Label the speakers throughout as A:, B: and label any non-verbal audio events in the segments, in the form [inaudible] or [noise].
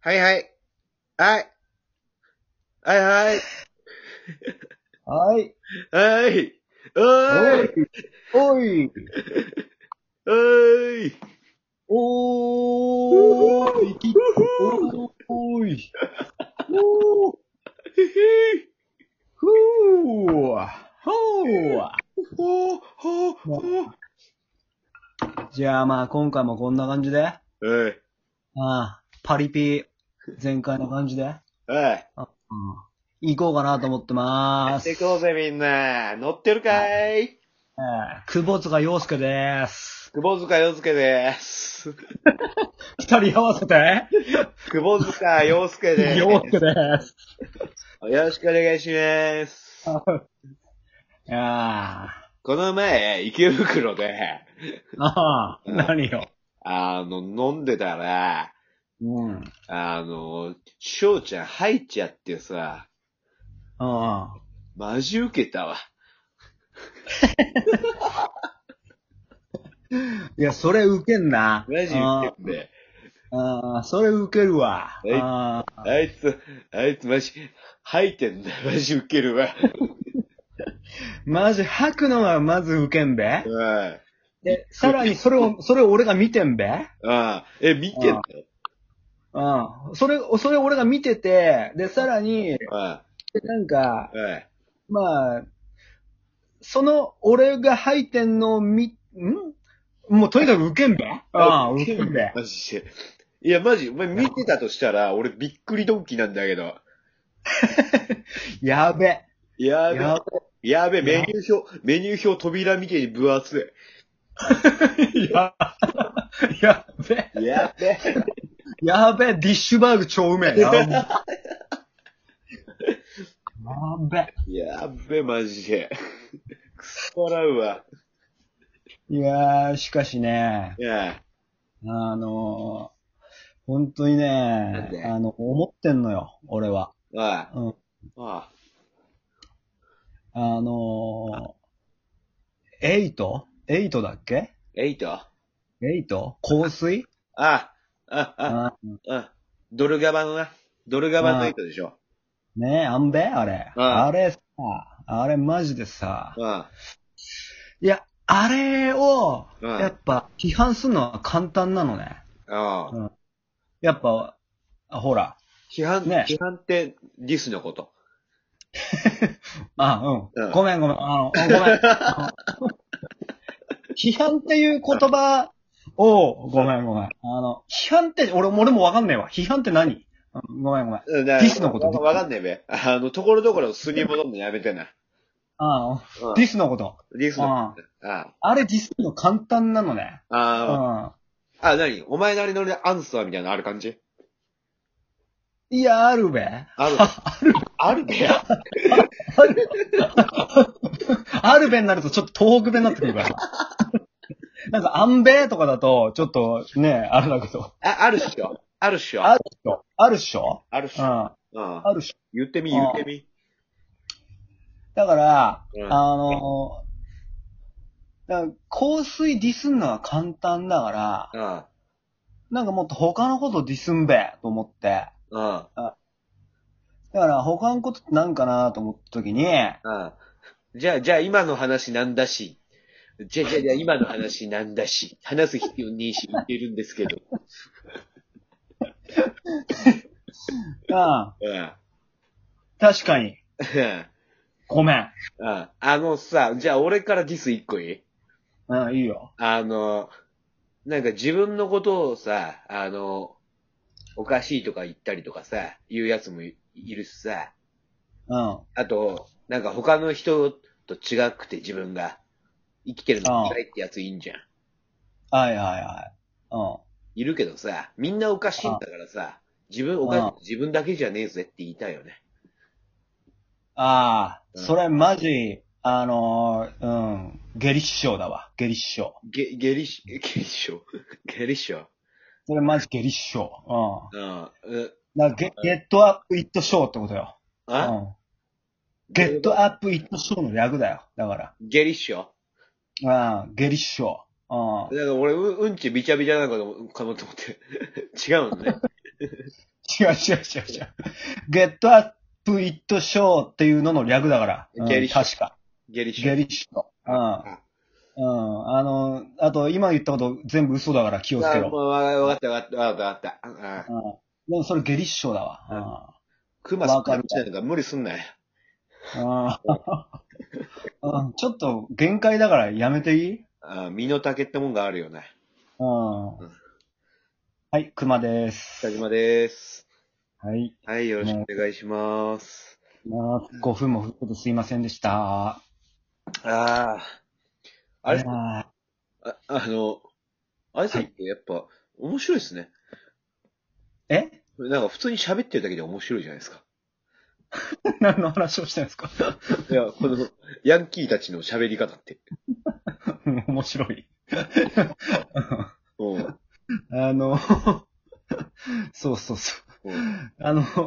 A: はいはい。はい。はいはい。
B: はい。
A: はい。
B: お
A: おーい。
B: い。おい。
A: おーい。
B: おーい。おーい。おー
A: へへい
B: ふーわ。ほーわ。
A: ほーほーほー
B: じゃあまあ今回もこんな感じで。あ
A: はい。
B: あ、パリピ。前回の感じで。うん。
A: はい。
B: 行こうかなと思ってま
A: や
B: ー
A: っ
B: す。
A: てこうぜみんな。乗ってるかい
B: えー久保塚洋介でーす。
A: 久保塚洋介です。
B: 二人合わせて。
A: 久保塚洋介です。
B: 洋介でーす。
A: よろしくお願いします。
B: いや
A: この前、池袋で、
B: ー。ああ、何よ。
A: あの、飲んでたら、
B: うん。
A: あの、翔ちゃん入っちゃってさ、
B: ああ。
A: マジ受けたわ。
B: いや、それ受けんな。
A: マジ受けて。
B: ああ、それ受けるわ。
A: はい
B: ああ
A: あいつ、あいつマジ、吐いてんだ。マジ受けるわ。
B: マジ吐くのがまず受けんべ
A: う。ん。
B: で、さらにそれを、それを俺が見てんべ。
A: うん。え、見てんの
B: うん。それ、それを俺が見てて、で、さらに、
A: うん。
B: なんか、
A: うん。
B: まあ、その俺が吐いてんのを見、んもうとにかく受けんべ。ああ、受けんべ。
A: マジで。いや、マジ、お前見てたとしたら、俺びっくりドンキーなんだけど。
B: やべ。
A: やべ、
B: や
A: やべ、メニュー表、メニュー表扉見てに分厚
B: べ。や [laughs] やべ。
A: い。やべ。
B: やべ。ディッシュバーグ超うめえ。やべ。やべ。
A: やっべ、マジで。くそ笑うわ。
B: いやー、しかしね、
A: いや、
B: あのー、本当に
A: んで
B: ね、あの、思ってんのよ、俺は。
A: おい、あ
B: うん。
A: あ、
B: あのー、エイトエイトだっけ
A: エイト。あ、
B: エイト香水
A: あ、あ、
B: あ
A: あ、ドルガバのな。ドルガバのエイトでしょ。
B: ねえ、アンベあれ。
A: うん
B: あれさ、あれマジでさ、
A: うん。
B: いや、あれを、
A: うん
B: やっぱ批判するのは簡単なのね。
A: ああ。
B: やっぱ、あほら、
A: 批判、
B: ね
A: 批判ってディスのこと。
B: あ、う。
A: うんん
B: ごめんごめん。あの、ごめん。あの批判っていう言葉を、ごめんごめん。あの、批判って、俺も、俺もわかんねえわ。批判って何、うんごめんごめ
A: デ
B: ん。ディスのこと
A: わかんねえべ。あの、ところどころすり戻るのやめてな。
B: あ
A: うん
B: あ、ディスのこと。
A: ディス
B: う
A: の。
B: ん。
A: あ
B: あれディスの簡単なのね。
A: あ。
B: う
A: ああ。
B: ん。
A: あ、なにお前なりのねアンサーみたいなのある感じ
B: いや、あるべ。
A: あ
B: [laughs]
A: る。あるべや。
B: あるべになるとちょっと東北弁になってくるから。 [laughs] なんか、安べとかだと、ちょっとね、あれだけど。
A: あ、あるっしょ。あるっしょ。
B: あるっしょあるっしょ
A: あるっし
B: うん。
A: ょ。
B: あ
A: うん。
B: るっしょ
A: 言ってみ、言ってみ。
B: だから、
A: うん
B: あのー、だから香水ディスんのは簡単だから、
A: うん。
B: なんかもっと他のことディスんべと思って、
A: うん。
B: だから他のことって何かなと思った時に、
A: うん。じゃあ、じゃあ今の話なんだし。じゃあ、じゃあ、じゃあ今の話なんだし。話す必要にし、言ってるんですけど。
B: ああ、
A: うん。
B: 確かに、ごめん。
A: うん。あのさ、じゃあ俺からディス一個いい
B: うん、いいよ。
A: あの、なんか自分のことをさ、あの、おかしいとか言ったりとかさ、言うやつもいいるしさ、
B: うん。
A: あと、なんか他の人と違くて自分が生きてるの辛いってやついいんじゃん。
B: はいはいはい。うん。
A: いるけどさ、みんなおかしいんだからさ、自分おか
B: あ
A: しい、自分だけじゃねえぜって言いたいよね。
B: ああ、
A: うん
B: それマジ、あのー、うん、下痢師匠だわ、下痢師匠。
A: ゲ、ゲリシ、ゲリショ。 [laughs] ゲリショ。
B: それマジ下痢師匠。う。
A: うん。うん
B: だからゲゲットアップイットショーってことよ。う
A: あ
B: ん。ゲットアップイットショーの略だよ。だか
A: ゲリショ。
B: ら。うん、下痢師匠。
A: [laughs]
B: うん
A: だ。から俺、ううんちびちゃびちゃなのかと思かもと思って。違うのね。
B: 違う違う違う違う。get up, it, show っていうのの略だから。うん
A: ゲリッシュ
B: 確か。
A: ゲリッシ
B: ゲ
A: ュ。
B: リッシュと。うん。うん。あの、あと、今言ったこと全部嘘だから気をつけ
A: あ
B: ろ。
A: もうわかったわかったわかったわかったうんうん。
B: うん。でもそれゲリッシュだわ。
A: クマさんから来たのか無理すんなよ。
B: うん。うん。うんちょっと限界だからやめていい
A: あ身の丈ってもんがあるよね。
B: うん。はい、熊です。
A: 北島です。
B: はい。
A: はい、よろしくお願いします。
B: まあ、5分も振っててすいませんでした。
A: ああ。あれ
B: いやー
A: ああの、あれさんってやっぱ、面白いですね。
B: え
A: なんか普通に喋ってるだけで面白いじゃないですか。
B: 何の話をしてるんですか
A: いや、この、ヤンキーたちの喋り方って。
B: [laughs] 面白い。
A: うん。
B: あの、 [laughs] そうそうそ
A: う
B: う。
A: ん。
B: あの、 [laughs] 久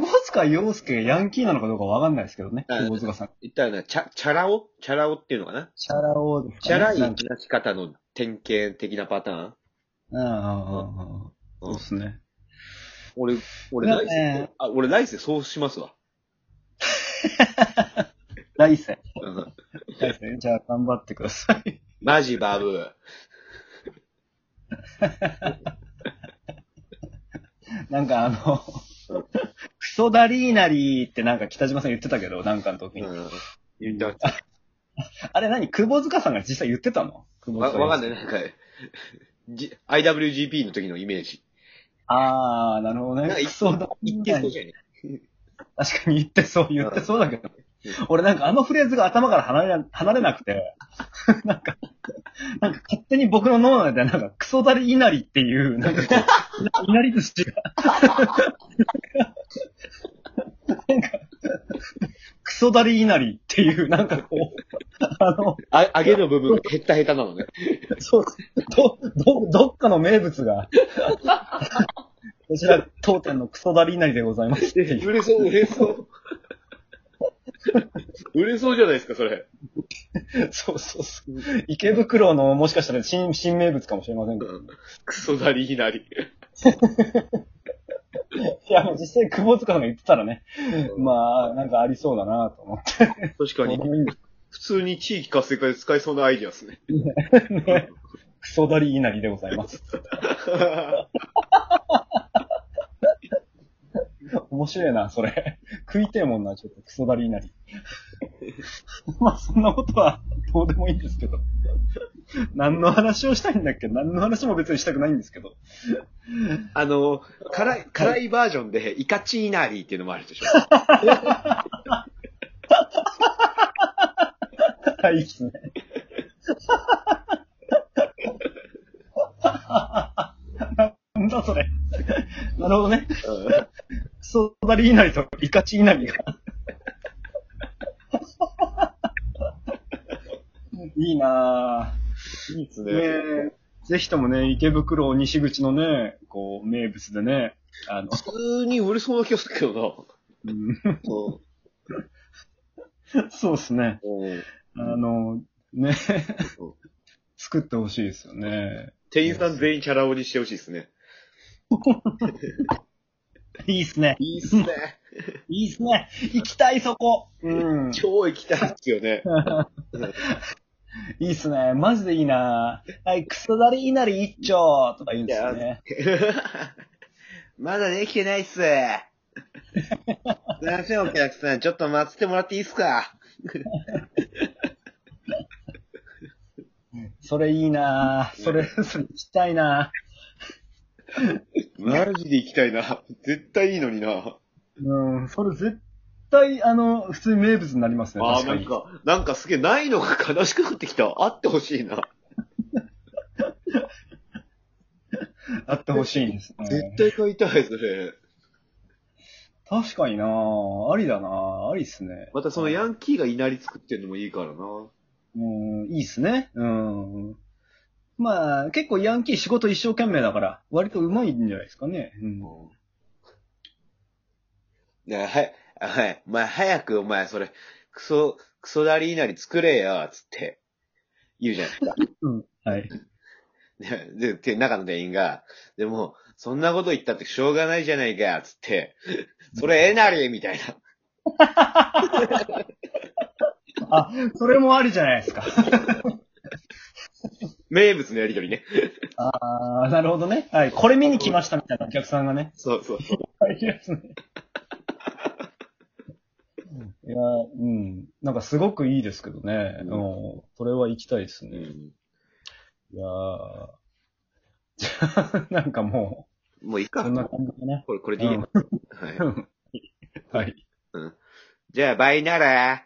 B: 保塚洋介がヤンキーなのかどうかわかんないですけどね。
A: はい
B: 久保塚さん。
A: 言ったらな、チャ、チャラ男チャラ男っていうのかな
B: チャラ男です
A: チャラい
B: なんか
A: 話し方の典型的なパターン
B: うんうんうんうん。
A: う
B: そ
A: ん
B: うですね。
A: 俺、俺
B: だ
A: 来
B: ね
A: 世、あ、俺来世そうしますわ。
B: 来世。
A: うん
B: 来世。じゃあ頑張ってください。 [laughs]
A: マジバブー。
B: なんかあの、 [laughs] クソダリーナリーってなんか北島さん言ってたけど、なんかの時に。
A: うん。言ってます
B: あれ何久保塚さんが実際言ってたの久保
A: わ、
B: 塚洋介
A: わかんない。なんか、じ IWGP の時のイメージ。
B: あー、なるほど
A: なん
B: ね。
A: か
B: ク
A: 言っ
B: ソダリ
A: 言っ
B: ー
A: て
B: ナ
A: そう
B: リー。
A: じゃね
B: 確かに言ってそう、言ってそうだけ
A: う
B: ど
A: ん。
B: 俺なんかあのフレーズが頭から離れな離れなくて、 [laughs] なんか、なんか勝手に僕の脳内でなんかクソダリ稲荷っていう、なんかこう、 [laughs] 稲荷寿司が、なんか、クソダリ稲荷っていう、なんかこう、あの、
A: あ、揚げの部分がヘッタヘタなのね。
B: そう、ど、ど、どっかの名物が、こちら当店のクソダリ稲荷でございますっていう。
A: 売れそう、売れそう。 [laughs] 売れそうじゃないですか、それ。
B: そうそうそう。池袋のもしかしたら新新名物かもしれませんけど。
A: クソなりひなり。
B: いや、もう実際久保塚さんが言ってたらね、まあ、なんかありそうだなと思って。
A: 確かに、普通に地域活性化で使えそうなアイディアですね。 [laughs]
B: ねクソダリ稲荷でございます。 [laughs] 面白いな、それ。 [laughs] 食いてえもんな、ちょっとクソダリ稲荷。 [laughs] まあ、そんなことはどうでもいいんですけど。何の話をしたいんだっけ何の話も別にしたくないんですけど。
A: あの、辛い、辛いバージョンで、イカチーナリーっていうのもあるでしょ。
B: はい、いいですね。 [laughs] なんだそれ。なるほどね。クソダリ稲荷とイカチ稲荷が。いいな
A: うんいいっす
B: ぁ。ねえぜひともね、池袋西口のね、こう、名物でね、あの、
A: 普通に売れそうな気がするけど
B: うん
A: な。そ
B: そうですね。
A: うん。
B: あの、ね
A: うん、
B: 作ってほしいですよね。
A: 店員さん全員チャラ男にしてほしいですね。
B: いいっすね。
A: いいっすね。
B: いいっすね。行きたい、そこ。うん。
A: 超行きたいっすよね。
B: いいっすね。マジでいいなはい、クソダリ稲荷一丁とか言うんですよね。
A: [laughs] まだできてないっす。すいません、お客さん。ちょっと待ってもらっていいっすか
B: それいいなそれ、それ行きたいな
A: マジで行きたいな。絶対いいのにな。
B: うん、それ絶対、あの、普通に名物になりますね。
A: ああ、
B: 確か
A: なん
B: に。
A: か、なんかすげえないのが悲しくなってきた。あってほしいな。
B: あってほしいんですね
A: 絶。対買いたい、それ。
B: 確かになありだなありっすね。
A: またそのヤンキーが稲荷作ってるのもいいからな。
B: うん、いいっすね。うん。まあ、結構ヤンキー仕事一生懸命だから、割とうまいんじゃないですかね。うん。
A: ねはい、はい、お前早くお前それ、クソ、クソダリーナに作れよ、つって、言うじゃないですか。 [laughs]
B: うん、は
A: ね
B: い。
A: で、て中の店員が、でも、そんなこと言ったってしょうがないじゃないか、つって、それえなりみたいな。
B: あ、それもありじゃないですか。
A: 名物のやりとりね。
B: ああ、なるほどね。はい。これ見に来ましたみたいなお客さんがね。
A: そうそうそう。
B: はい、ですね。いや、うん。なんかすごくいいですけどね。
A: うん
B: うん。それは行きたいです
A: う
B: ね。
A: ん、
B: いやーじゃあ、なんかも、
A: もういいうか
B: そん。な感じかな。
A: これ、これでいいや。
B: う
A: はい。
B: んはい。
A: じゃあ、バイなら。